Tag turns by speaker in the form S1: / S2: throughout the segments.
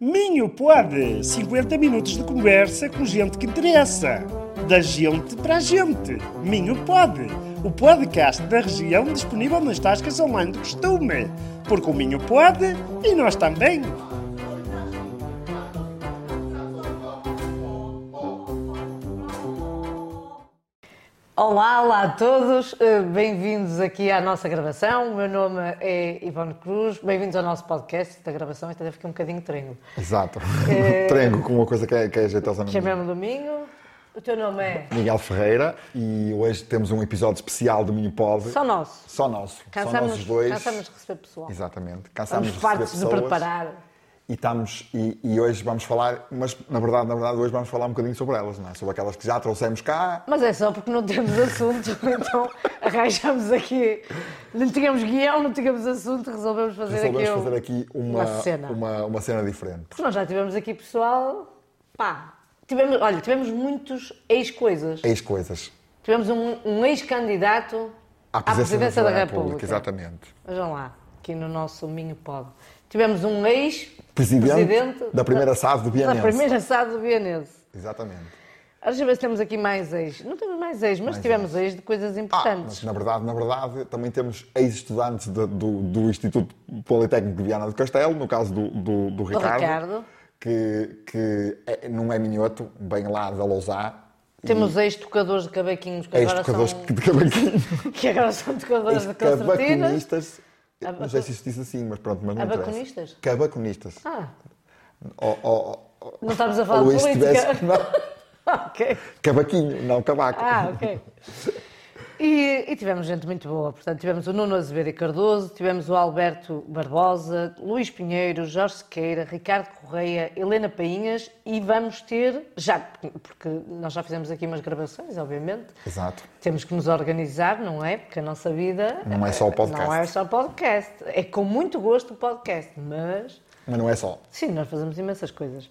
S1: Minho pode. 50 minutos de conversa com gente que interessa. Da gente para a gente. Minho pode. O podcast da região disponível nas tascas online do costume. Porque o Minho pode e nós também.
S2: Olá, olá a todos, eh, bem-vindos aqui à nossa gravação. O meu nome é Ivone Cruz, bem-vindos ao nosso podcast da gravação. Isto até fica um bocadinho treino.
S3: Exato. Trengo com uma coisa que é, que é jeitosa no mundo.
S2: Chamei-me Domingo, o teu nome é
S3: Miguel Ferreira e hoje temos um episódio especial do Mini Pod.
S2: só nosso.
S3: Só nosso. Só
S2: Cansamos,
S3: nós os dois.
S2: cansamos de receber pessoal.
S3: Exatamente. Cansamos
S2: Estamos
S3: de receber
S2: fartos de
S3: pessoas.
S2: preparar.
S3: E, estamos, e, e hoje vamos falar, mas na verdade, na verdade, hoje vamos falar um bocadinho sobre elas, não é? Sobre aquelas que já trouxemos cá.
S2: Mas é só porque não temos assunto, então arranjamos aqui. Não tínhamos guião, não tínhamos assunto, resolvemos fazer
S3: Resolvemos
S2: aqui. um-
S3: fazer aqui uma,
S2: uma cena.
S3: Uma, uma cena diferente.
S2: Porque nós já tivemos aqui pessoal. Pá, tivemos, olha, tivemos muitos ex-coisas.
S3: Ex-coisas.
S2: Tivemos um, um ex-candidato
S3: À presidência, da, República. Exatamente.
S2: Vejam lá, aqui no nosso Minho Pod. Tivemos um ex-presidente
S3: Presidente, da primeira SAD do
S2: da
S3: Bienense.
S2: primeira SAD do Bienense.
S3: Exatamente.
S2: Agora Deixa eu ver se temos aqui mais ex. Não temos mais ex, mas tivemos ex de coisas
S3: Ah, mas
S2: importantes.
S3: na verdade, na verdade, também temos ex-estudantes de- do, do Instituto Politécnico de Viana do Castelo, no caso do, do, do Ricardo,
S2: Ricardo.
S3: que, que é- não é minhoto, bem lá da Lousá,
S2: Temos ex-tocadores de cabequinhos que agora
S3: ex-tocadores
S2: são.
S3: de cavaquinho,
S2: Que agora são tocadores de concertinas.
S3: ex-cavaquinistas,
S2: Abacu-
S3: não sei se isso diz assim, mas pronto, mas não
S2: Abacunistas?
S3: interessa. Cavaquinistas?
S2: Ah,
S3: Oh, oh, oh,
S2: não estamos a falar de
S3: Luís
S2: política.
S3: tivesse- não,
S2: ok.
S3: cavaquinho, não cavaco.
S2: Ah, ok. E, e tivemos gente muito boa, portanto, tivemos o Nuno Azevedo e Cardoso, tivemos o Alberto Barbosa, Luís Pinheiro, Jorge Sequeira, Ricardo Correia, Helena Painhas e vamos ter, já, porque nós já fizemos aqui umas gravações, obviamente,
S3: Exato.
S2: temos que nos organizar, não é? Porque a nossa vida
S3: Não é só o podcast.
S2: Não é só o podcast. É com muito gosto o podcast, mas
S3: Mas não é só.
S2: Sim, nós fazemos imensas coisas.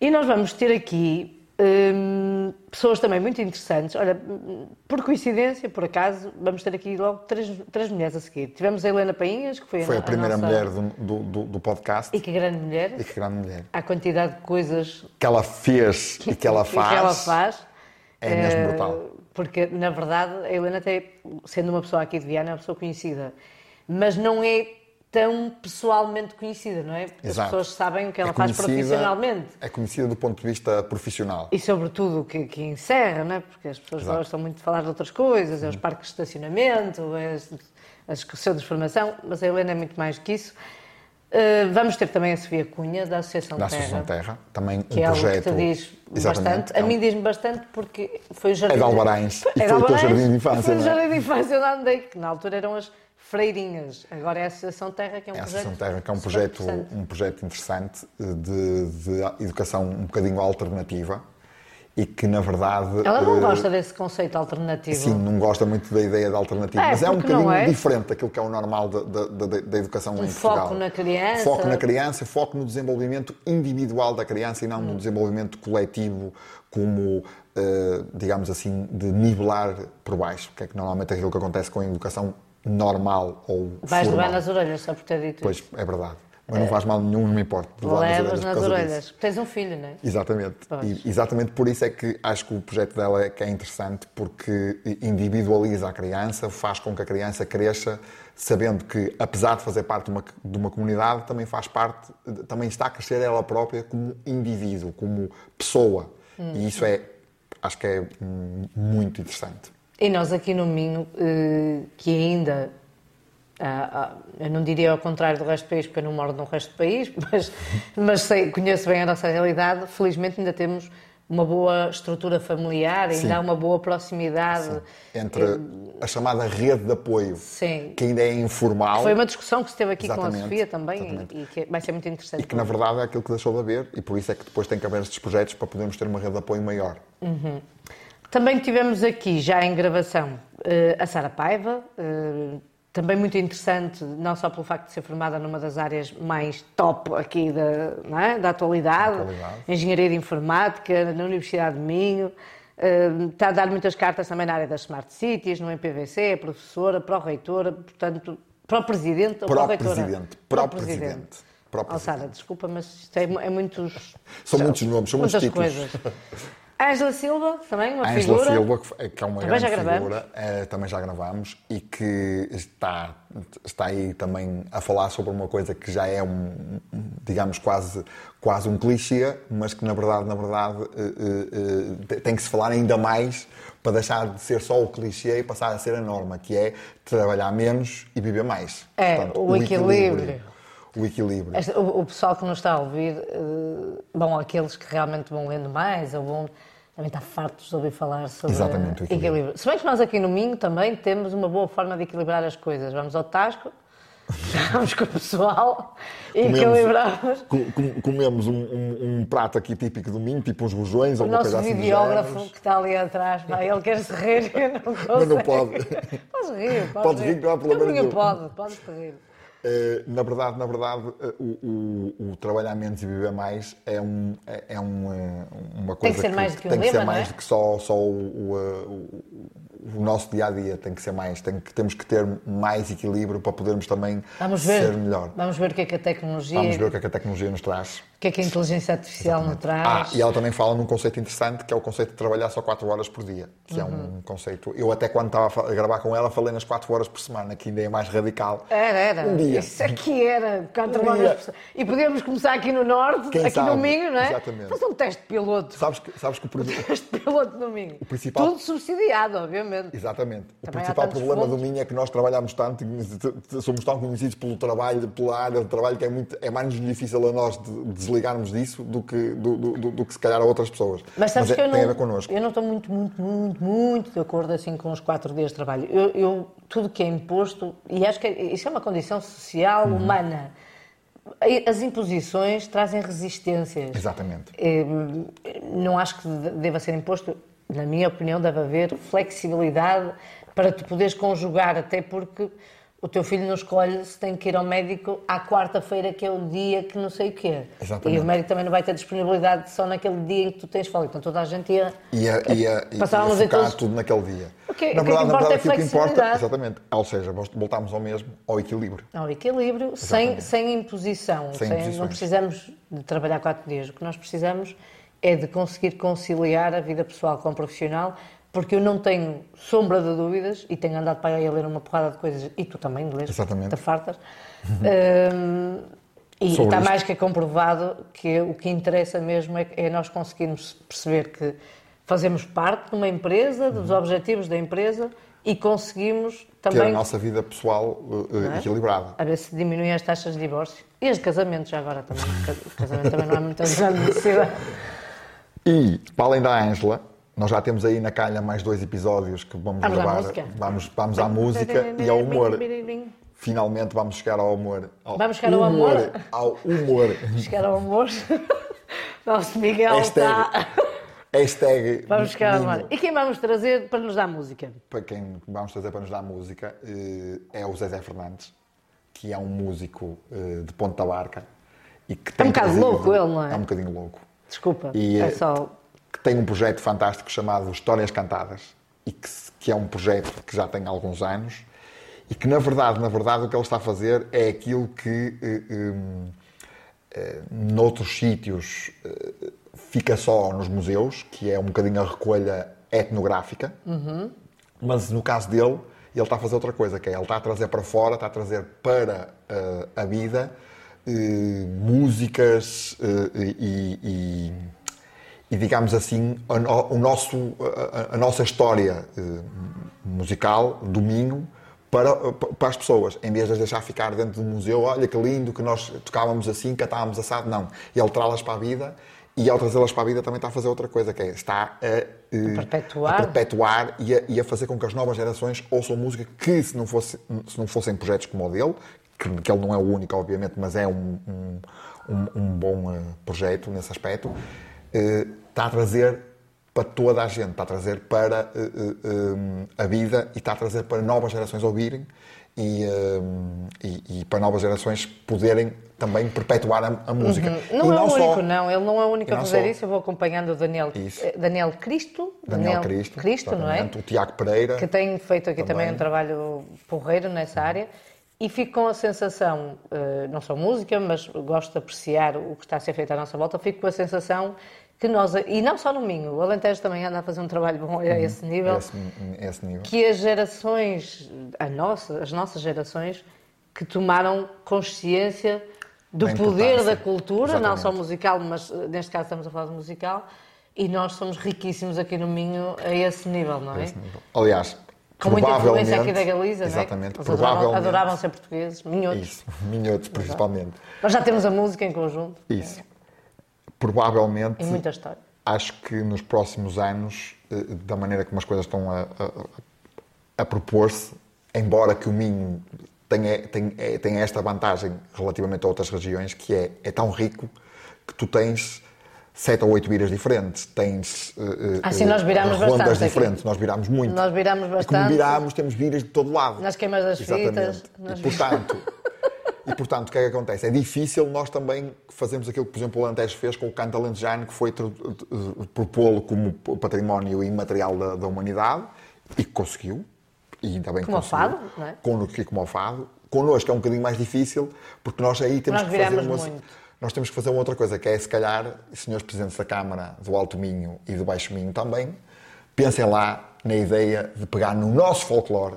S2: E nós vamos ter aqui hum, pessoas também muito interessantes. Olha, hum, por coincidência, por acaso, vamos ter aqui logo três, três mulheres a seguir. Tivemos a Helena Painhas, que foi,
S3: Foi a primeira
S2: nossa-
S3: mulher do, do, do- do podcast.
S2: E que grande mulher.
S3: E que grande mulher.
S2: A quantidade de coisas
S3: que ela fez e que ela faz,
S2: que ela faz.
S3: é mesmo
S2: eh,
S3: brutal.
S2: Porque, na verdade, a Helena, até, sendo uma pessoa aqui de Viana, é uma pessoa conhecida. Mas não é tão pessoalmente conhecida, não é? Porque As
S3: Exato.
S2: pessoas sabem o que ela
S3: É
S2: faz
S3: conhecida-
S2: profissionalmente.
S3: É conhecida do ponto de vista profissional.
S2: E sobretudo o que, que encerra, não é? porque as pessoas
S3: Exato.
S2: gostam muito de falar de outras coisas,
S3: Uhum.
S2: é os parques de estacionamento, é as, as sessões de formação, mas a Helena é muito mais que isso. Uh, vamos ter também a Sofia Cunha, da Associação
S3: Da
S2: Terra,
S3: Associação Terra, também
S2: que
S3: um
S2: é algo que
S3: projeto.
S2: te diz
S3: Exatamente.
S2: bastante. A
S3: É um-
S2: mim diz-me bastante porque foi o jardim...
S3: É de Alvarães. E
S2: É
S3: foi o teu
S2: Alvarães,
S3: jardim de infância,
S2: Foi o
S3: não é?
S2: jardim de infância onde andei, que na altura eram as freirinhas. Agora é a Associação Terra, que é um
S3: é a
S2: projeto...
S3: Associação Terra, que é um
S2: super
S3: projeto,
S2: interessante.
S3: um projeto interessante eh, de, de educação um bocadinho alternativa e que, na verdade.
S2: Ela não
S3: eh,
S2: gosta desse conceito alternativo.
S3: Sim, não gosta muito da ideia da alternativa,
S2: É,
S3: mas é um
S2: porque não
S3: bocadinho
S2: é.
S3: diferente daquilo que é o normal da, da- da- da educação em
S2: foco
S3: Portugal.
S2: na criança.
S3: Foco na criança, foco no desenvolvimento individual da criança e não
S2: Hum.
S3: no desenvolvimento coletivo como, eh, digamos assim, de nivelar por baixo, que é que normalmente é aquilo que acontece com a educação normal ou
S2: Vais levar
S3: formal.
S2: nas orelhas, só por ter dito isso.
S3: Pois, é verdade. Mas não faz mal nenhum, não me importa.
S2: Levas nas
S3: Disso.
S2: orelhas. Tens um filho, não é?
S3: Exatamente.
S2: Pois.
S3: E exatamente por isso é que acho que o projeto dela é que é interessante, porque individualiza a criança, faz com que a criança cresça sabendo que, apesar de fazer parte de uma, de uma comunidade, também faz parte, também está a crescer ela própria como indivíduo, como pessoa.
S2: Hum.
S3: E isso é, acho que é hum, muito interessante.
S2: E nós aqui no Minho, eh, que ainda, ah, ah, eu não diria ao contrário do resto do país, porque eu não moro no resto do país, mas, mas sei, conheço bem a nossa realidade, felizmente ainda temos uma boa estrutura familiar, ainda
S3: Sim.
S2: há uma boa proximidade.
S3: Entre a chamada rede de apoio,
S2: Sim.
S3: que ainda é informal.
S2: Foi uma discussão que se teve aqui com a
S3: Exatamente,
S2: Sofia também
S3: exatamente.
S2: e, e que vai ser muito interessante.
S3: E que na verdade é aquilo que deixou de haver, e por isso é que depois tem que haver estes projetos para podermos ter uma rede de apoio maior.
S2: Também tivemos aqui, já em gravação, eh, a Sara Paiva, eh, também muito interessante, não só pelo facto de ser formada numa das áreas mais top aqui da, não é? da atualidade,
S3: Da atualidade.
S2: Engenharia de Informática, na Universidade de Minho, eh, está a dar muitas cartas também na área das Smart Cities, no MPVC, é é? professora, pró-reitora, portanto, pró-presidente ou pró-reitora?
S3: Pró-presidente, pró-presidente. própria
S2: Oh, Sara, desculpa, mas isto é, mu- é muitos.
S3: São muitos nomes, são muitos
S2: muitas
S3: títulos.
S2: coisas. Ângela Silva, também uma
S3: Ângela
S2: figura.
S3: Silva, que f- que é uma
S2: Também já
S3: grande
S2: gravamos.
S3: figura, eh, também já gravamos e que está, está aí também a falar sobre uma coisa que já é um, um, digamos, quase, quase um clichê, mas que na verdade, na verdade, eh, eh, eh, te- tem que se falar ainda mais para deixar de ser só o clichê e passar a ser a norma, que é trabalhar menos e viver mais.
S2: É, o equilíbrio.
S3: O equilíbrio.
S2: Esta- O, o pessoal que nos está a ouvir, eh, bom, aqueles que realmente vão lendo mais, ou vão. Também está fartos de ouvir falar sobre
S3: Exatamente, o equilíbrio.
S2: equilíbrio. Se bem que nós aqui no Minho também temos uma boa forma de equilibrar as coisas. Vamos ao Tasco, vamos com o pessoal e equilibramos.
S3: com- com- comemos um, um- um prato aqui típico do Minho, tipo uns rojões ou
S2: O
S3: uma
S2: nosso
S3: coisa assim. do
S2: videógrafo
S3: género.
S2: que está ali atrás, pá, ele quer se rir, eu não consegue.
S3: Mas não pode.
S2: Podes rir, podes,
S3: Podes rir, não há problema
S2: Não, ninguém
S3: nenhum.
S2: pode, podes te rir.
S3: Eh, na verdade, na verdade, eh, o, o- o trabalhar menos e viver mais é, um, é, é um, eh, uma coisa
S2: ser mais do que um
S3: tem que ser
S2: lema, não
S3: mais
S2: é?
S3: do que só, só o, o, eh, o- o nosso dia a dia tem que ser mais, tem que, temos que ter mais equilíbrio para podermos também
S2: Vamos ver,
S3: ser melhor.
S2: vamos ver o que é que a tecnologia,
S3: Vamos ver o que é que a tecnologia nos traz.
S2: o que é que a inteligência artificial nos
S3: Ah,
S2: traz.
S3: e ela também fala num conceito interessante que é o conceito de trabalhar só 4 horas por dia, que é
S2: Uhum.
S3: um conceito. Eu até quando estava a fa- a gravar com ela falei nas 4 horas por semana, que ainda é mais radical.
S2: Era, era.
S3: Um dia.
S2: Isso aqui era. Quatro
S3: Um
S2: horas
S3: dia.
S2: por semana. E podíamos começar aqui no Norte,
S3: Quem
S2: aqui no
S3: sabe?
S2: Minho, não é?
S3: Exatamente.
S2: Fazer um teste piloto.
S3: Sabes que, sabes que o problema.
S2: Teste piloto no Minho. O
S3: principal-
S2: Tudo subsidiado, obviamente.
S3: Exatamente. O
S2: Também há
S3: principal
S2: tantos
S3: problema do
S2: pontos.
S3: Minho é que nós trabalhamos tanto, e somos tão conhecidos pelo trabalho, pela área de trabalho, que é, muito, é mais difícil a nós de- desligarmos disso do que, do, do- do- do que se calhar a outras pessoas.
S2: Mas sabes
S3: é-
S2: que eu
S3: tem
S2: não,
S3: a ver connosco.
S2: eu não estou muito, muito, muito, muito de acordo assim com os quatro dias de trabalho. Eu, eu- tudo que é imposto, e acho que isso é uma condição social,
S3: Uhum.
S2: humana. As imposições trazem resistências.
S3: Exatamente.
S2: Eh, não acho que de- deva ser imposto. Na minha opinião, deve haver flexibilidade para tu poderes conjugar, até porque o teu filho não escolhe se tem que ir ao médico à quarta-feira, que é o dia que não sei o quê.
S3: Exatamente.
S2: E o médico também não vai ter disponibilidade só naquele dia em que tu tens folga. Então toda a gente ia.
S3: E a, e a, e-
S2: Passávamos
S3: e a focar
S2: aqueles-
S3: tudo naquele dia.
S2: O que-
S3: na
S2: o que
S3: verdade, na
S2: importa
S3: verdade,
S2: é
S3: aquilo que importa.
S2: flexibilidade.
S3: Exatamente. Ou seja, nós voltamos ao mesmo, ao equilíbrio.
S2: Ao equilíbrio, sem, sem imposição.
S3: Sem
S2: não
S3: imposições.
S2: precisamos de trabalhar quatro dias. O que nós precisamos é de conseguir conciliar a vida pessoal com a profissional, porque eu não tenho sombra de dúvidas e tenho andado para aí a ler uma porrada de coisas, e tu também, de ler,
S3: Exatamente.
S2: te fartas. Hum, e
S3: Sobre
S2: está
S3: isto.
S2: mais que comprovado que o que interessa mesmo é, é nós conseguirmos perceber que fazemos parte de uma empresa, dos objetivos da empresa e conseguimos
S3: Uhum. Ter é a
S2: também
S3: nossa vida pessoal eh, eh,
S2: é?
S3: equilibrada.
S2: a ver se diminuem as taxas de divórcio. E as de casamento já agora também. Ca- Casamento também não é há muita grande necessidade.
S3: E, para além da Ângela, nós já temos aí na calha mais dois episódios que vamos,
S2: Vamos à
S3: gravar.
S2: música?
S3: Vamos, vamos à música e ao humor. Finalmente vamos chegar ao humor. Ao
S2: Vamos chegar ao
S3: humor.
S2: amor?
S3: Ao humor.
S2: Chegar ao amor. Nosso Miguel
S3: Hashtag.
S2: está.
S3: Hashtag.
S2: Vamos chegar ao
S3: Minho.
S2: amor. E quem vamos trazer para nos dar música?
S3: Para quem vamos trazer para nos dar música eh, é o Zezé Fernandes, que é um músico eh, de Ponta da Barca. E que tem
S2: um bocado
S3: trazido-
S2: louco ele, não é?
S3: É um bocadinho louco.
S2: Desculpa.
S3: E,
S2: é
S3: eh,
S2: só.
S3: que tem um projeto fantástico chamado Histórias Cantadas e que, se- que é um projeto que já tem alguns anos e que na verdade, na verdade, o que ele está a fazer é aquilo que eh, hum, eh, noutros sítios eh, fica só nos museus, que é um bocadinho a recolha etnográfica, mas no caso dele, ele está a fazer outra coisa, que é ele está a trazer para fora, está a trazer para eh, a vida eh, músicas eh, e, e- e, digamos assim, a, no- o nosso, a- a- a nossa história eh, musical do Minho para, para as pessoas, em vez de as deixar ficar dentro do museu, olha que lindo que nós tocávamos assim, cantávamos assado, não. Ele traz-las para a vida e ao trazê-las para a vida também está a fazer outra coisa, que é está a, eh,
S2: A perpetuar.
S3: a perpetuar e a, e a fazer com que as novas gerações ouçam música que, se não, fosse, se não fossem projetos como o dele, que, que ele não é o único, obviamente, mas é um, um, um- um bom eh, projeto nesse aspecto, eh, está a trazer para toda a gente, está a trazer para eh, eh, eh, a vida e está a trazer para novas gerações ouvirem e, eh, e- e para novas gerações poderem também perpetuar a, a música.
S2: Não
S3: e
S2: é o
S3: só-
S2: único, não. Ele não é o único
S3: e
S2: a
S3: não
S2: fazer
S3: só.
S2: isso. Eu vou acompanhando o Daniel,
S3: Isso.
S2: eh, Daniel Cristo.
S3: Daniel Cristo,
S2: Cristo não é?
S3: exatamente, o Tiago Pereira.
S2: que tem feito aqui também,
S3: Também.
S2: um trabalho porreiro nessa área E fico com a sensação, eh, não sou música, mas gosto de apreciar o que está a ser feito à nossa volta, fico com a sensação que nós, e não só no Minho, o Alentejo também anda a fazer um trabalho bom a esse nível,
S3: Uhum. esse, esse nível.
S2: que as gerações, a nossa, as nossas gerações, que tomaram consciência do
S3: Da
S2: poder da
S3: importância.
S2: cultura, não
S3: Exatamente.
S2: só musical, mas eh, neste caso estamos a falar de musical, e nós somos riquíssimos aqui no Minho a esse nível, não é?
S3: Esse nível. Aliás,
S2: Com muita influência aqui
S3: provavelmente.
S2: da Galiza,
S3: exatamente,
S2: não é? Eles adoravam,
S3: provavelmente.
S2: adoravam ser portugueses, minhotos.
S3: Isso, minhotos principalmente.
S2: Nós já temos a música em conjunto
S3: Isso. Provavelmente,
S2: É. e muita história.
S3: acho que nos próximos anos, eh, da maneira como as coisas estão a, a- a propor-se, embora que o Minho tenha, tenha, eh, tenha esta vantagem relativamente a outras regiões, que é, é tão rico que tu tens sete ou oito viras diferentes, tens eh, eh,
S2: Ah, sim, nós viramos
S3: rondas
S2: bastante aqui.
S3: diferentes, nós viramos muito.
S2: Nós viramos
S3: E É como
S2: bastante. É
S3: virámos, temos viras de todo lado.
S2: Nas queimas das
S3: Exatamente.
S2: fitas, nós
S3: E, portanto, e, portanto, o que é que acontece? É difícil nós também fazermos aquilo que, por exemplo, o Alentejo fez com o canto alentejano, que foi tru- eh, propô-lo como património imaterial da, da humanidade, e que conseguiu. E ainda bem que
S2: Como o
S3: conseguiu.
S2: fado, não é?
S3: Con- e como o fado. Connosco é um bocadinho mais difícil, porque nós aí temos
S2: Nós
S3: que fazer
S2: viramos
S3: uma...
S2: muito.
S3: Nós temos que fazer uma outra coisa, que é, se calhar, senhores presidentes da Câmara do Alto Minho e do Baixo Minho também, pensem lá na ideia de pegar no nosso folclore.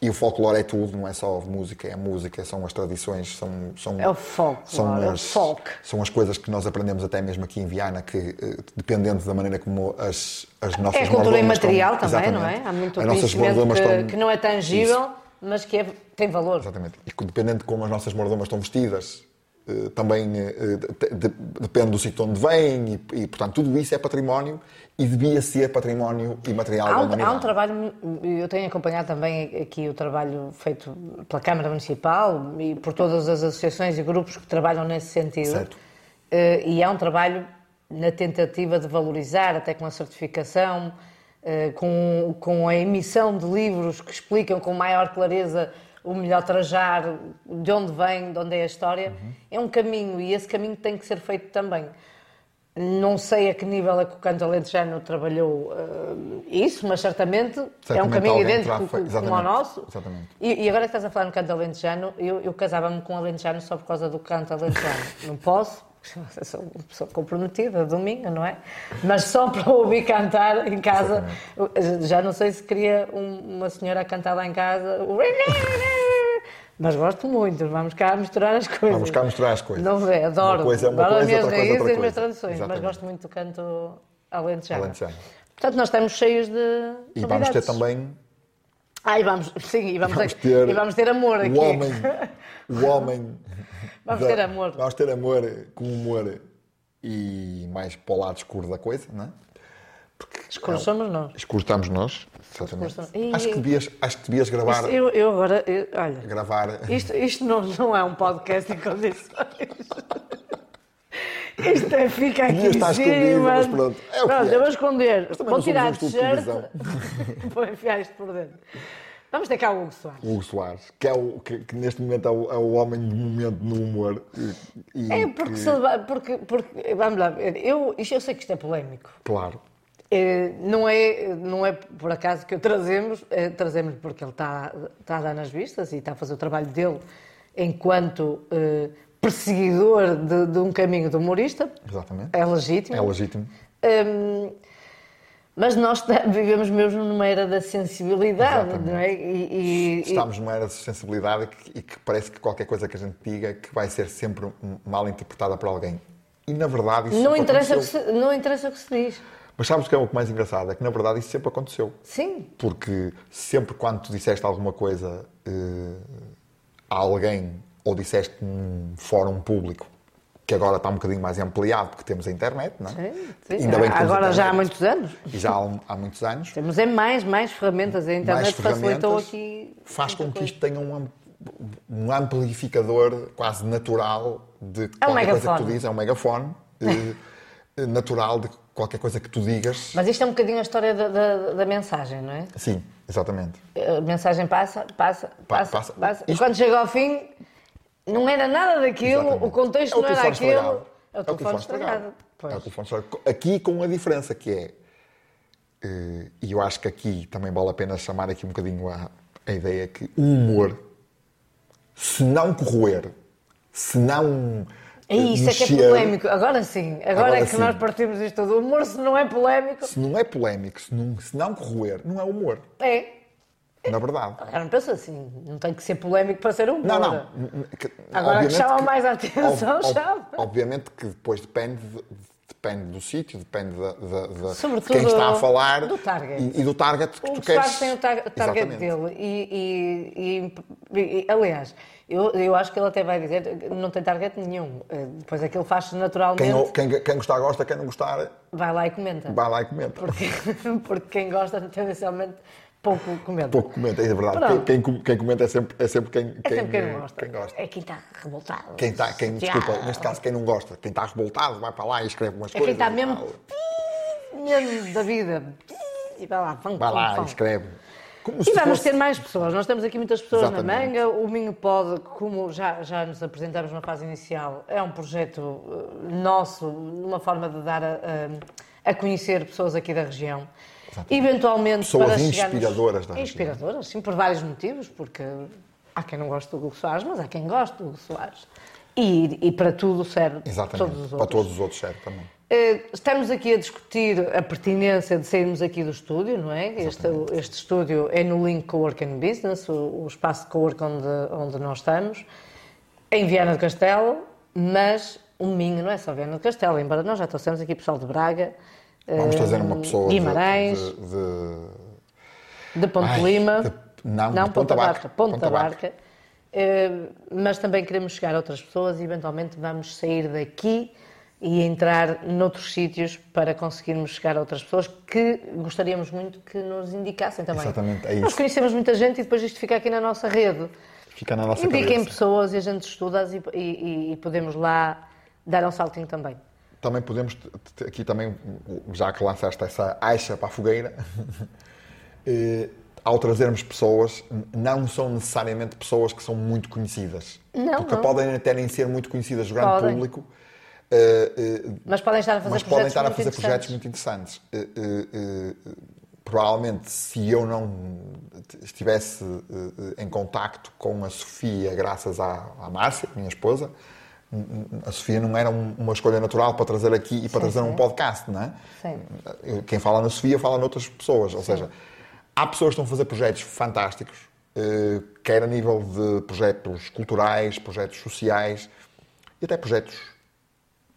S3: E o folclore é tudo, não é só música, é música, são as tradições, são. são
S2: É o folclore, é o folk.
S3: São as coisas que nós aprendemos até mesmo aqui em Viana, que eh, dependendo da maneira como as, as nossas
S2: É cultura
S3: mordomas estão-
S2: imaterial também, não é?
S3: Exatamente.
S2: Há muito
S3: As nossas
S2: conhecimento
S3: mordomas
S2: que,
S3: estão-
S2: que não é tangível,
S3: Isso.
S2: mas que é- tem valor.
S3: Exatamente. E que dependendo de como as nossas mordomas estão vestidas, eh, também eh, de- de- depende do sítio onde vêm, e, e, portanto tudo isso é património e devia ser património imaterial
S2: Há
S3: da
S2: um,
S3: humanidade.
S2: há um trabalho, eu tenho acompanhado também aqui o trabalho feito pela Câmara Municipal e por todas as associações e grupos que trabalham nesse sentido.
S3: Certo.
S2: Eh, E há um trabalho na tentativa de valorizar, até com a certificação, eh, com, com a emissão de livros que explicam com maior clareza o melhor trajar, de onde vem, de onde é a história. É um caminho e esse caminho tem que ser feito também. Não sei a que nível é que o Canto Alentejano trabalhou eh, isso, mas certamente, é um
S3: Certamente
S2: caminho
S3: alguém
S2: idêntico
S3: terá
S2: co-
S3: feito-
S2: como ao
S3: exatamente,
S2: nosso.
S3: exatamente.
S2: E, e agora que estás a falar no Canto Alentejano, eu, eu casava-me com um Alentejano só por causa do Canto Alentejano. não posso, porque sou uma pessoa comprometida, domingo, não é? Mas só para ouvir cantar em casa, já não sei se queria um- uma senhora a cantar lá em casa. Mas gosto muito, vamos cá misturar as coisas.
S3: Vamos cá misturar as coisas.
S2: Não é, adoro.
S3: Uma coisa é uma
S2: adoro as
S3: coisa,
S2: minhas
S3: outra coisa é
S2: raízes
S3: outra
S2: e as minhas
S3: coisa.
S2: tradições, mas
S3: Exatamente.
S2: gosto muito do canto alentejano.
S3: Alentejano.
S2: Portanto, nós estamos cheios de
S3: E vamos ter
S2: novidades.
S3: também
S2: Ah, e vamos, sim, e vamos,
S3: Vamos
S2: ter,
S3: ter
S2: e vamos ter amor aqui.
S3: o homem. O homem.
S2: Vamos ter amor.
S3: Vamos ter amor com humor e mais para o lado escuro da coisa, não é?
S2: Escuros somos nós.
S3: Escurtamos nós, certamente.
S2: Escuro somos-
S3: Acho que devias, acho que devias gravar.
S2: Isto- é- eu, eu agora, eu- olha,
S3: gravar
S2: isto, isto não, não é um podcast em condições. Isto é, fica aqui
S3: Podia estar
S2: em cima.
S3: escondido, mas pronto, é o que é.
S2: eu vou esconder.
S3: também
S2: Vou
S3: não somos
S2: tirar
S3: um
S2: a
S3: estudo de
S2: t-shirt. vou enfiar isto por dentro. Vamos ter cá o Hugo Soares.
S3: o Hugo Soares, que, é o, que, que neste momento é o, é o homem do momento no humor. E, e
S2: É porque,
S3: Hum, que-
S2: se leva- porque, porque vamos lá, eu, isto- eu sei que isto é polémico.
S3: Claro.
S2: Eh, Não é, não é por acaso que o trazemos, eh, trazemos porque ele está, está a dar nas vistas e está a fazer o trabalho dele enquanto eh, perseguidor de, de um caminho de humorista.
S3: Exatamente.
S2: É legítimo.
S3: É legítimo.
S2: Hum, mas nós ta- vivemos mesmo numa era da sensibilidade,
S3: Exatamente.
S2: não é? E, e- e-
S3: Estamos numa era de sensibilidade que- e que parece que qualquer coisa que a gente diga é que vai ser sempre um- mal interpretada por alguém. E na verdade isso
S2: não,
S3: sempre
S2: interessa o que
S3: aconteceu.
S2: se, não interessa o que se diz.
S3: Mas sabes o que é o mais engraçado? É que na verdade isso sempre aconteceu.
S2: Sim,
S3: Porque sempre quando tu disseste alguma coisa eh, a alguém ou disseste num fórum público, que agora está um bocadinho mais ampliado porque temos a internet, não é?
S2: sim, sim.
S3: Ainda bem que temos
S2: Agora já há
S3: internet.
S2: muitos anos.
S3: E já há, um, há muitos anos.
S2: Temos é mais, mais ferramentas. A
S3: mais
S2: internet facilitou
S3: ferramentas,
S2: aqui.
S3: Faz com
S2: muita
S3: que
S2: coisa.
S3: isto tenha um, am- um amplificador quase natural de
S2: É um
S3: qualquer coisa que tu
S2: megafone.
S3: dizes. É um megafone eh, eh, natural de qualquer coisa que tu digas.
S2: Mas isto é um bocadinho a história da, da- da mensagem, não é?
S3: Sim, exatamente.
S2: A mensagem passa, passa,
S3: Pa-
S2: passa,
S3: passa.
S2: passa.
S3: Isto-
S2: Quando chega ao fim, não era nada daquilo,
S3: Exatamente.
S2: o contexto
S3: É o
S2: não era
S3: telefone
S2: aquilo.
S3: estragado.
S2: É o telefone estragado.
S3: É o
S2: Pois.
S3: telefone estragado. Aqui com a diferença que é, eh, e eu acho que aqui também vale a pena chamar aqui um bocadinho a, a ideia que o humor se não corroer, se não. eh,
S2: E isso é que é
S3: mexer,
S2: polémico. Agora sim, agora,
S3: Agora
S2: é que
S3: sim.
S2: nós partimos isto tudo. O humor, se não é polémico,
S3: Se não é polémico, se não, se não corroer, não é humor,
S2: é.
S3: na verdade.
S2: Eu não penso assim, não tem que ser polémico para ser humor.
S3: Não, não. Que-
S2: Agora que
S3: obviamente
S2: chama mais a atenção,
S3: ob- ob-
S2: chama.
S3: Obviamente que depois depende, de- depende do sítio, depende da- da- da- de,
S2: Sobretudo
S3: quem está a falar
S2: do target.
S3: E, e do target que
S2: O
S3: tu
S2: Soares
S3: queres.
S2: tem o tar- target
S3: Exatamente.
S2: dele e, e- e- e- aliás, eu, eu acho que ele até vai dizer que não tem target nenhum. Eh, Depois aquilo faz-se naturalmente,
S3: Quem, quem, quem gostar, gosta, quem não gostar,
S2: vai lá e comenta.
S3: vai lá e comenta.
S2: Porque, porque quem gosta tendencialmente pouco comenta.
S3: Pouco comenta, é verdade.
S2: Pronto.
S3: Quem, quem- quem comenta é sempre, é sempre quem,
S2: É sempre quem
S3: eh,
S2: gosta.
S3: quem gosta.
S2: É quem está revoltado.
S3: Quem está, quem,
S2: chateado.
S3: desculpa, neste caso, quem não gosta, quem está revoltado, vai para lá e escreve umas
S2: É quem
S3: coisas.
S2: está
S3: e
S2: mesmo,
S3: tal.
S2: mesmo da vida. E vai lá, vão,
S3: Vai lá
S2: vão,
S3: e escreve. Como
S2: E
S3: se
S2: vamos
S3: fosse-
S2: ter mais pessoas. Nós temos aqui muitas pessoas na
S3: Exatamente.
S2: manga. O Minho Pode, como já, já nos apresentámos na fase inicial, é um projeto eh, nosso, uma forma de dar a, eh, a- a conhecer pessoas aqui da região. Eventualmente
S3: Pessoas
S2: para chegarmos-
S3: inspiradoras da região.
S2: Inspiradoras, sim, por vários motivos, porque há quem não goste do Hugo Soares, mas há quem goste do Hugo Soares. E, e para tudo serve
S3: Exatamente.
S2: todos os outros.
S3: Para todos os outros serve também.
S2: Eh, Estamos aqui a discutir a pertinência de sairmos aqui do estúdio, não é? Este, este estúdio é no Link Cowork and Business, o, o espaço de cowork onde, onde nós estamos, em Viana do Castelo, mas o Minho não é só Viana do Castelo, embora nós já trouxemos aqui pessoal de Braga, eh,
S3: Vamos trazer uma pessoa de-
S2: Guimarães,
S3: de- de,
S2: de Ponte
S3: Ai,
S2: Lima.
S3: de- não, de Ponta Barca.
S2: Ponta,
S3: Ponta
S2: Barca. Eh, mas também queremos chegar a outras pessoas e eventualmente vamos sair daqui e entrar noutros sítios para conseguirmos chegar a outras pessoas que gostaríamos muito que nos indicassem também.
S3: Exatamente, é
S2: Nós
S3: isso.
S2: conhecemos muita gente e depois isto fica aqui na nossa rede.
S3: Fica na nossa
S2: Indiquem
S3: cabeça.
S2: pessoas e a gente estuda e, e- e podemos lá dar um saltinho também.
S3: Também podemos, t- t- aqui também, já que lançaste essa aixa para a fogueira, eh, ao trazermos pessoas, n- não são necessariamente pessoas que são muito conhecidas.
S2: Não,
S3: Porque
S2: não.
S3: podem até nem ser muito conhecidas do grande
S2: Podem.
S3: público,
S2: Mas podem estar a fazer
S3: mas
S2: projetos
S3: podem estar a
S2: muito
S3: fazer projetos
S2: interessantes.
S3: muito interessantes. Eh, eh, eh, eh, Provavelmente, se eu não estivesse eh, eh, em contacto com a Sofia, graças à, à Márcia, minha esposa, n- n- a Sofia não era um- uma escolha natural para trazer aqui e para trazer um podcast, não é?
S2: Sim.
S3: Eu- Quem fala na Sofia fala noutras pessoas. Ou seja, há pessoas que estão a fazer projetos fantásticos, eh, quer a nível de projetos culturais, projetos sociais e até projetos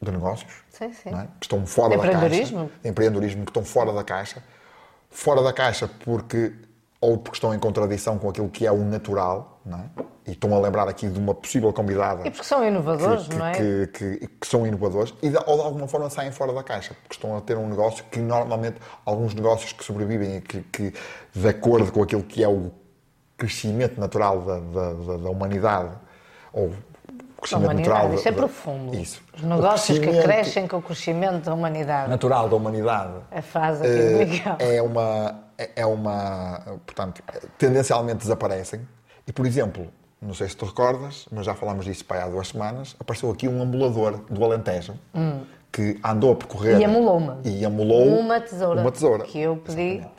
S3: de negócios
S2: Sim, sim.
S3: não é? que estão fora da caixa.
S2: Empreendedorismo.
S3: Empreendedorismo, que estão fora da caixa. Fora da caixa porque ou porque estão em contradição com aquilo que é o natural, não é? e estão a lembrar aqui de uma possível convidada
S2: E porque são inovadores,
S3: que,
S2: não é?
S3: que- que- que são inovadores e de- ou de alguma forma saem fora da caixa, porque estão a ter um negócio que normalmente alguns negócios que sobrevivem e que, que, de acordo com aquilo que é o crescimento natural da, da- da- da humanidade, ou o crescimento
S2: humanidade,
S3: natural. da-
S2: isso é
S3: da-
S2: profundo.
S3: Isso.
S2: Os negócios
S3: O
S2: que
S3: crescimento
S2: crescem com o crescimento da humanidade.
S3: natural da humanidade
S2: A fase aqui do Miguel.
S3: é uma, é- é uma. Portanto, tendencialmente desaparecem. E, por exemplo, não sei se tu recordas, mas já falámos disso para aí há duas semanas, apareceu aqui um ambulador do Alentejo que andou a percorrer.
S2: Hum. E amolou-me.
S3: E amolou
S2: uma tesoura.
S3: é Uma tesoura.
S2: Que eu pedi
S3: Exatamente.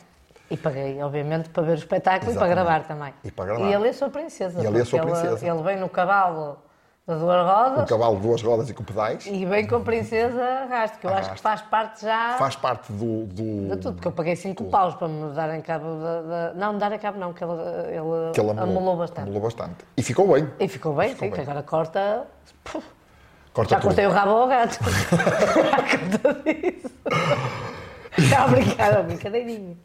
S2: e paguei, obviamente, para ver o espetáculo e para
S3: Exatamente.
S2: gravar também.
S3: E para gravar.
S2: E ele é a sua princesa.
S3: E ele é a sua
S2: porque
S3: princesa.
S2: Ele vem no cavalo da duas rodas
S3: Um cavalo de duas rodas e com pedais.
S2: e vem com a princesa arrasto, que eu acho que
S3: Arrasto.
S2: faz parte já
S3: Faz parte do.
S2: de
S3: do-
S2: tudo. Porque eu paguei cinco paus para me darem cabo da... da- Não, dar a cabo não, que ele, ele,
S3: que ele amolou,
S2: amolou bastante.
S3: Amolou bastante. E ficou bem.
S2: E ficou bem,
S3: Ficou
S2: sim, que
S3: bem.
S2: agora corta... Puf.
S3: Corta
S2: Já
S3: tudo.
S2: cortei o rabo ao gato. Já cortei disso. Já a brincar, é uma brincadeirinha.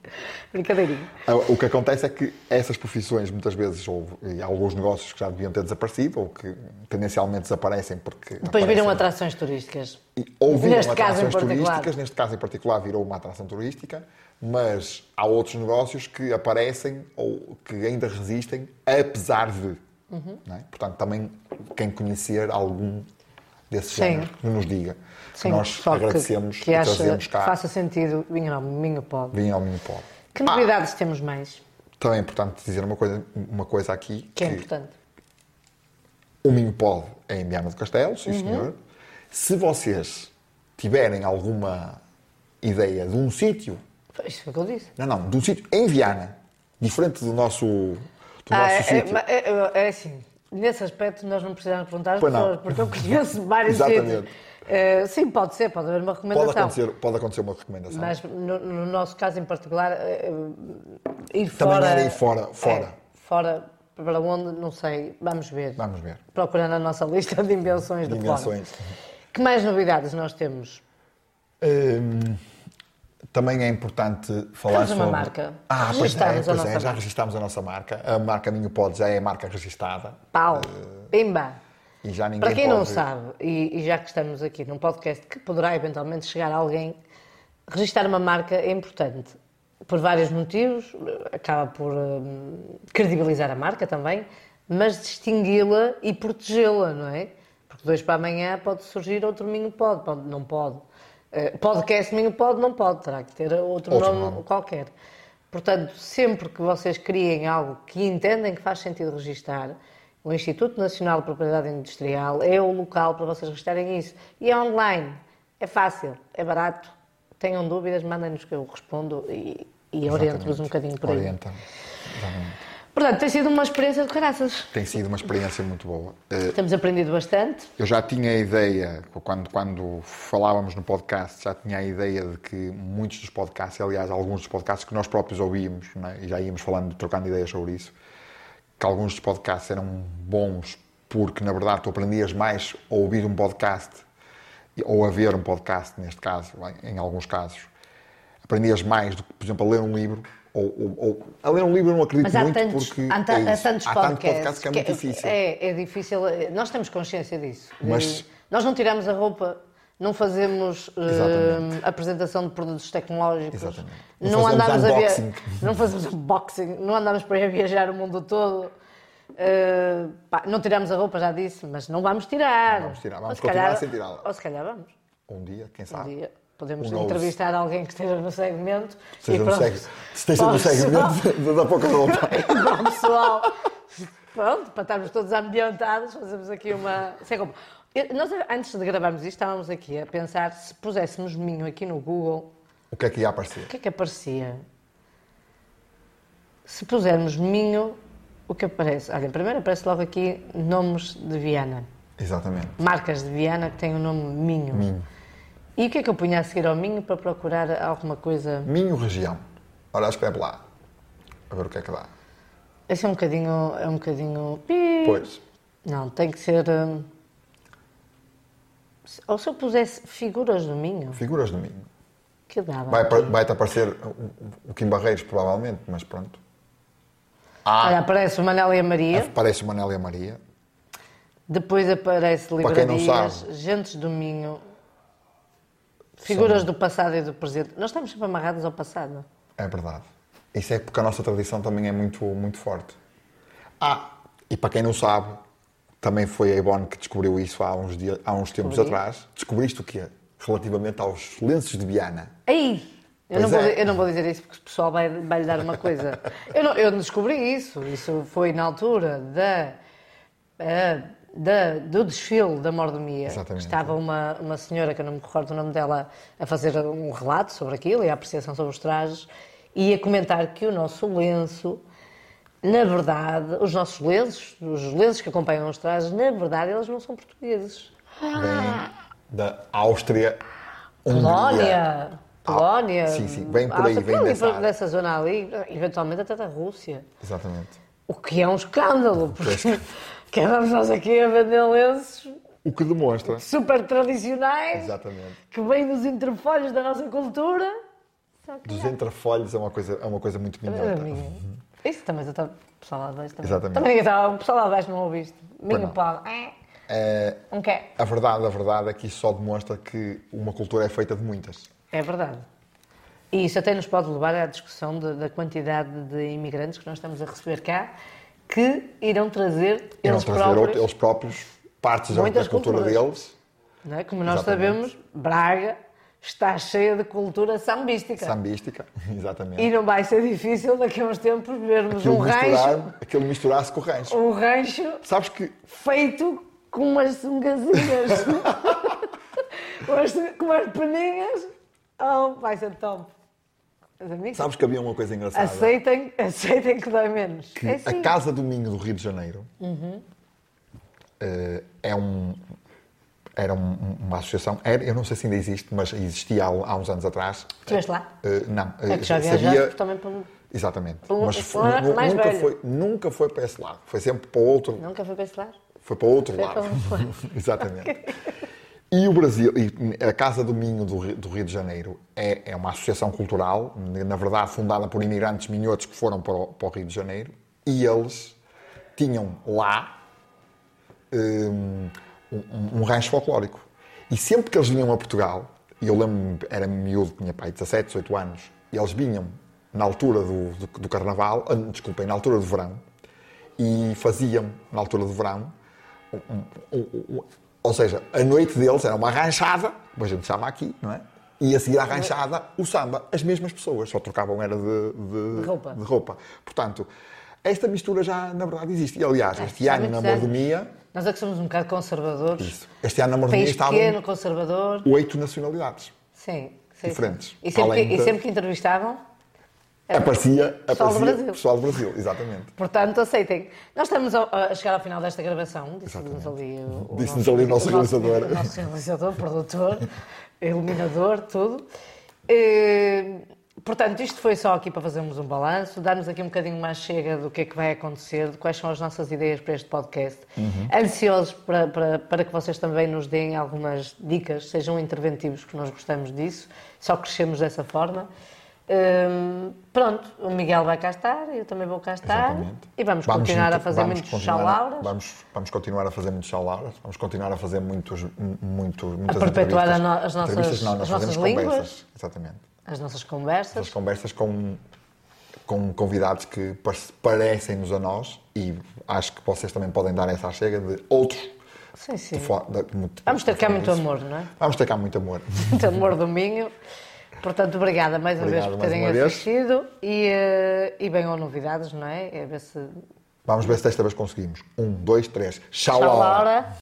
S2: Brincadeirinha.
S3: Ah, O que acontece é que essas profissões, muitas vezes, ou e há alguns negócios que já deviam ter desaparecido, ou que tendencialmente desaparecem porque.
S2: Depois viram
S3: aparecem-
S2: atrações turísticas.
S3: e- Ou viram
S2: Neste caso em
S3: atrações
S2: particular.
S3: turísticas, neste caso em particular virou uma atração turística, mas há outros negócios que aparecem ou que ainda resistem, apesar de.
S2: Uhum.
S3: não é? Portanto, também quem conhecer algum desse
S2: Sim.
S3: género que nos diga. que
S2: Sim,
S3: nós
S2: pessoal que-
S3: agradecemos
S2: que,
S3: e
S2: acha
S3: trazemos
S2: que
S3: cá.
S2: faça sentido. Vinha não, minho pode.
S3: Vinha ao Minipó.
S2: Que novidades temos mais?
S3: Também é importante dizer uma coisa, uma coisa aqui
S2: Que é importante.
S3: O Minho Pod é em Viana do Castelo,
S2: Uhum.
S3: sim senhor. Se vocês tiverem alguma ideia de um sítio,
S2: Foi Isto foi o que eu disse.
S3: não, não, de um sítio em Viana, diferente do nosso, do nosso
S2: Ah, é,
S3: sítio,
S2: é, é- é assim. Nesse aspecto, nós não precisamos perguntar às
S3: Pois não.
S2: pessoas, porque eu conheço vários
S3: Exatamente.
S2: sítios. Eh, sim, pode ser, pode haver uma
S3: Pode
S2: recomendação.
S3: acontecer, pode acontecer uma recomendação.
S2: Mas no, no nosso caso em particular, eh, eh, ir
S3: Também
S2: fora.
S3: era ir fora, fora.
S2: É, fora para onde, não sei, vamos ver.
S3: Vamos ver.
S2: Procurando a nossa lista de invenções de
S3: Dimensões.
S2: fora. Que mais novidades nós temos?
S3: Hum, também é importante falar
S2: Temos uma
S3: sobre...
S2: marca.
S3: Ah, pois
S2: Registámos
S3: é,
S2: a
S3: pois
S2: nossa
S3: é, já
S2: marca.
S3: registámos a nossa marca. A marca Minho Pode já é marca registada.
S2: Pau,
S3: Eh,
S2: pimba.
S3: E já ninguém
S2: Para quem
S3: pode...
S2: não sabe, e, e já que estamos aqui num podcast que poderá eventualmente chegar a alguém, registar uma marca é importante. Por vários motivos, acaba por hum, credibilizar a marca também, mas distingui-la e protegê-la, não é? Porque dois para amanhã pode surgir outro Minho Pod, pode, não pode. Eh, Podcast Minho Pod não pode, terá que ter outro,
S3: Outro
S2: nome,
S3: nome.
S2: qualquer. Portanto, sempre que vocês criem algo que entendem que faz sentido registar, o Instituto Nacional de Propriedade Industrial é o local para vocês registarem isso. E é online, é fácil, é barato. Tenham dúvidas, mandem-nos que eu respondo e, e oriento-vos um bocadinho por aí.
S3: Orienta.
S2: Portanto, tem sido uma experiência de caraças.
S3: Tem sido uma experiência muito boa. Eh,
S2: Temos aprendido bastante.
S3: Eu já tinha a ideia, quando, quando falávamos no podcast, já tinha a ideia de que muitos dos podcasts, aliás, alguns dos podcasts que nós próprios ouvíamos, não é? e já íamos falando, trocando ideias sobre isso, que alguns dos podcasts eram bons porque, na verdade, tu aprendias mais a ouvir um podcast, ou a ver um podcast, neste caso, em alguns casos. Aprendias mais do que, por exemplo, a ler um livro. Ou, ou- ou- a ler um livro eu não acredito
S2: Mas há
S3: muito
S2: tantos,
S3: porque
S2: há, ta-
S3: é
S2: há
S3: isso.
S2: tantos
S3: Há tanto
S2: podcasts
S3: podcast que é muito difícil.
S2: É, é difícil. eh, Nós temos consciência disso. De-
S3: Mas-
S2: Nós não tiramos a roupa, não fazemos eh,
S3: Exatamente.
S2: apresentação de produtos tecnológicos.
S3: Exatamente.
S2: Não,
S3: Não fazemos
S2: andamos a
S3: unboxing.
S2: via... Não fazemos unboxing, não andamos para aí a viajar o mundo todo. Eh, pá, não tiramos a roupa, já disse, mas não vamos tirar.
S3: Não vamos tirar, vamos
S2: Ou se
S3: continuar
S2: calhar-
S3: sem tirá-la.
S2: Ou se calhar vamos.
S3: Um dia, quem
S2: Um
S3: sabe?
S2: dia podemos
S3: Um novo.
S2: entrevistar alguém que esteja no segmento. e
S3: Seja no
S2: pronto.
S3: seg... Esteja no
S2: Pode-
S3: segmento da pouca roupa.
S2: Bom, pessoal, pronto, para estarmos todos ambientados, fazemos aqui uma. Sem culpa. Eu- Nós, antes de gravarmos isto, estávamos aqui a pensar se puséssemos Minho aqui no Google,
S3: O que é que ia
S2: o
S3: aparecer?
S2: que é que aparecia? Se pusermos Minho, o que aparece? Olha, primeiro aparece logo aqui nomes de Viana,
S3: Exatamente.
S2: marcas de Viana que têm o nome Minho. E o que é que eu punha a seguir ao Minho para procurar alguma coisa?
S3: Minho região. Ora, escreve lá. A ver o que é que dá.
S2: Esse é um bocadinho. É um bocadinho. pi.
S3: Pois.
S2: Não, tem que ser. hum, se- Ou se eu pusesse figuras do Minho,
S3: Figuras do Minho.
S2: que dava.
S3: Vai- Vai-te aparecer o- o Kim Barreiros, provavelmente, mas pronto.
S2: Olha,
S3: Ah,
S2: aparece o Manel e a Maria,
S3: aparece o Manel e a Maria.
S2: depois aparece
S3: Para quem não
S2: livrarias,
S3: sabe.
S2: gentes do Minho, figuras do passado e do presente. Nós estamos sempre amarrados ao passado.
S3: É verdade. Isso é porque a nossa tradição também é muito, muito forte. Ah, e para quem não sabe, também foi a Ivone que descobriu isso há uns, dias, há uns tempos
S2: Descobri.
S3: atrás. Descobriste o quê? Relativamente aos lenços de Viana.
S2: Aí! Eu não,
S3: Pois
S2: vou,
S3: é.
S2: di- eu não vou dizer isso porque o pessoal vai, vai lhe dar uma coisa. Eu não, eu não descobri isso. Isso foi na altura da, eh, da- do desfile da mordomia.
S3: Exatamente.
S2: Estava uma, uma senhora, que eu não me recordo o nome dela, a fazer um relato sobre aquilo e a apreciação sobre os trajes e a comentar que o nosso lenço, na verdade, os nossos lenços, os lenços que acompanham os trajes, na verdade, eles não são portugueses.
S3: Vem da Áustria. Hungria.
S2: Polónia, Polónia.
S3: É. Ah, sim, sim, vem por aí,
S2: Áustria,
S3: vem dessa área.
S2: dessa zona ali, eventualmente até da Rússia.
S3: Exatamente.
S2: O que é um escândalo, porque que é, vamos nós aqui a vender lenços
S3: O que demonstra.
S2: super tradicionais,
S3: Exatamente.
S2: que vêm dos entrefolhos da nossa cultura. Só que
S3: Dos entrefolhos é uma coisa, é uma coisa muito
S2: era
S3: minhota.
S2: minha. Isso também, eu estava, o pessoal lá abaixo também.
S3: Uhum. Exatamente.
S2: Também eu estava, o pessoal lá abaixo não ouviste. Minho
S3: não.
S2: pau. É. um Não quer.
S3: A verdade, a verdade é que isso só demonstra que uma cultura é feita de muitas.
S2: É verdade. E isso até nos pode levar à discussão de- da quantidade de imigrantes que nós estamos a receber cá, que irão trazer
S3: E não
S2: eles
S3: trazer
S2: próprios,
S3: outro- eles próprios partes da-
S2: Muitas
S3: da cultura
S2: culturas.
S3: deles.
S2: não é? Como nós
S3: Exatamente.
S2: sabemos, Braga está cheia de cultura sambística.
S3: Sambística, exatamente.
S2: E não vai ser difícil daqui a uns tempos vermos
S3: Aquilo
S2: um rancho,
S3: misturar, aquilo misturar-se com o rancho.
S2: um rancho
S3: Sabes que
S2: feito com umas sungazinhas, com, umas, com umas peninhas. Oh, vai ser top. Meus amigos,
S3: sabes que havia uma coisa engraçada.
S2: Aceitem, aceitem que dói menos. Tá,
S3: Que
S2: é assim. Uhum.
S3: a Casa do Minho do Rio de Janeiro eh, é um, era um- uma associação, era, eu não sei se ainda existe, mas existia há, há uns anos atrás.
S2: Estiveste lá?
S3: Eh, não,
S2: É que já viajaste também um- pelo...
S3: Exatamente.
S2: Pelo-
S3: mas
S2: pelo lado
S3: nu-
S2: mais
S3: nunca,
S2: velho.
S3: foi, nunca foi para esse lado. Foi sempre para o outro,
S2: Nunca foi para esse lado?
S3: foi para o outro
S2: Foi
S3: lado.
S2: para o outro lado.
S3: Exatamente. E o Brasil, e a Casa do Minho do Ri- do Rio de Janeiro é, é uma associação cultural, na verdade fundada por imigrantes minhotos que foram para o, para o Rio de Janeiro, e eles tinham lá hum, um, um rancho folclórico. E sempre que eles vinham a Portugal, e eu lembro-me, era miúdo, tinha pai 17, 18 anos, e eles vinham na altura do, do, do carnaval, ah, desculpem, na altura do verão, e faziam, na altura do verão, um- um- um- ou seja, a noite deles era uma ranchada, como a gente chama aqui, não é? E a seguir à ranchada, o samba, as mesmas pessoas, só trocavam era de, de-
S2: De roupa.
S3: de roupa. Portanto, esta mistura já, na verdade, existe. E, aliás, este
S2: há
S3: ano, na
S2: muitos anos.
S3: Mordomia,
S2: Nós é que somos um bocado conservadores.
S3: isso. um- Este ano na Mordomia
S2: País
S3: estavam
S2: pequeno, conservador.
S3: oito nacionalidades.
S2: Sim. sim,
S3: Diferentes.
S2: sim. E sempre,
S3: Além
S2: que, e
S3: da-
S2: sempre que entrevistavam,
S3: Aparecia,
S2: É, Pessoal do
S3: aparecia
S2: Brasil.
S3: pessoal do Brasil, exatamente.
S2: portanto, aceitem. Nós estamos ao- a chegar ao final desta gravação. Disse-nos ali o, o
S3: Disse-nos ali o nosso realizador.
S2: O nosso realizador, produtor, iluminador, tudo. Eh, portanto, isto foi só aqui para fazermos um balanço, darmos aqui um bocadinho mais chega do que é que vai acontecer, de quais são as nossas ideias para este podcast.
S3: Uhum.
S2: Ansiosos para, para, para que vocês também nos deem algumas dicas, sejam interventivos, que nós gostamos disso, só crescemos dessa forma. Eh, pronto, o Miguel vai cá estar, eu também vou cá estar
S3: Exatamente.
S2: Tá? e vamos, continuar
S3: então-
S2: a fazer
S3: vamos
S2: muitos
S3: continuar a-
S2: chalauras.
S3: Vamos, vamos continuar a fazer muitos chalauras, vamos continuar a fazer muitos, mu- muito,
S2: A
S3: muitas
S2: perpetuar
S3: entrevistas.
S2: a no- as nossas-
S3: Entrevistas não, nós
S2: as nossas
S3: fazemos
S2: línguas.
S3: conversas. Exatamente.
S2: as nossas
S3: As
S2: conversas.
S3: conversas com, com convidados que par- parecem-nos a nós e acho que vocês também podem dar essa chega de outros.
S2: Sim, sim.
S3: de fo- de- muito-
S2: Vamos ter cá
S3: de-
S2: muito amor, não é?
S3: Vamos ter cá muito amor.
S2: Muito amor do Minho. Portanto, obrigada mais uma
S3: Obrigado
S2: vez por
S3: mais
S2: terem
S3: uma vez.
S2: assistido e, eh, e venham novidades, não é? É ver se.
S3: Vamos ver se desta vez conseguimos. Um, dois, três.
S2: Tchau,
S3: Xalaura.
S2: Laura.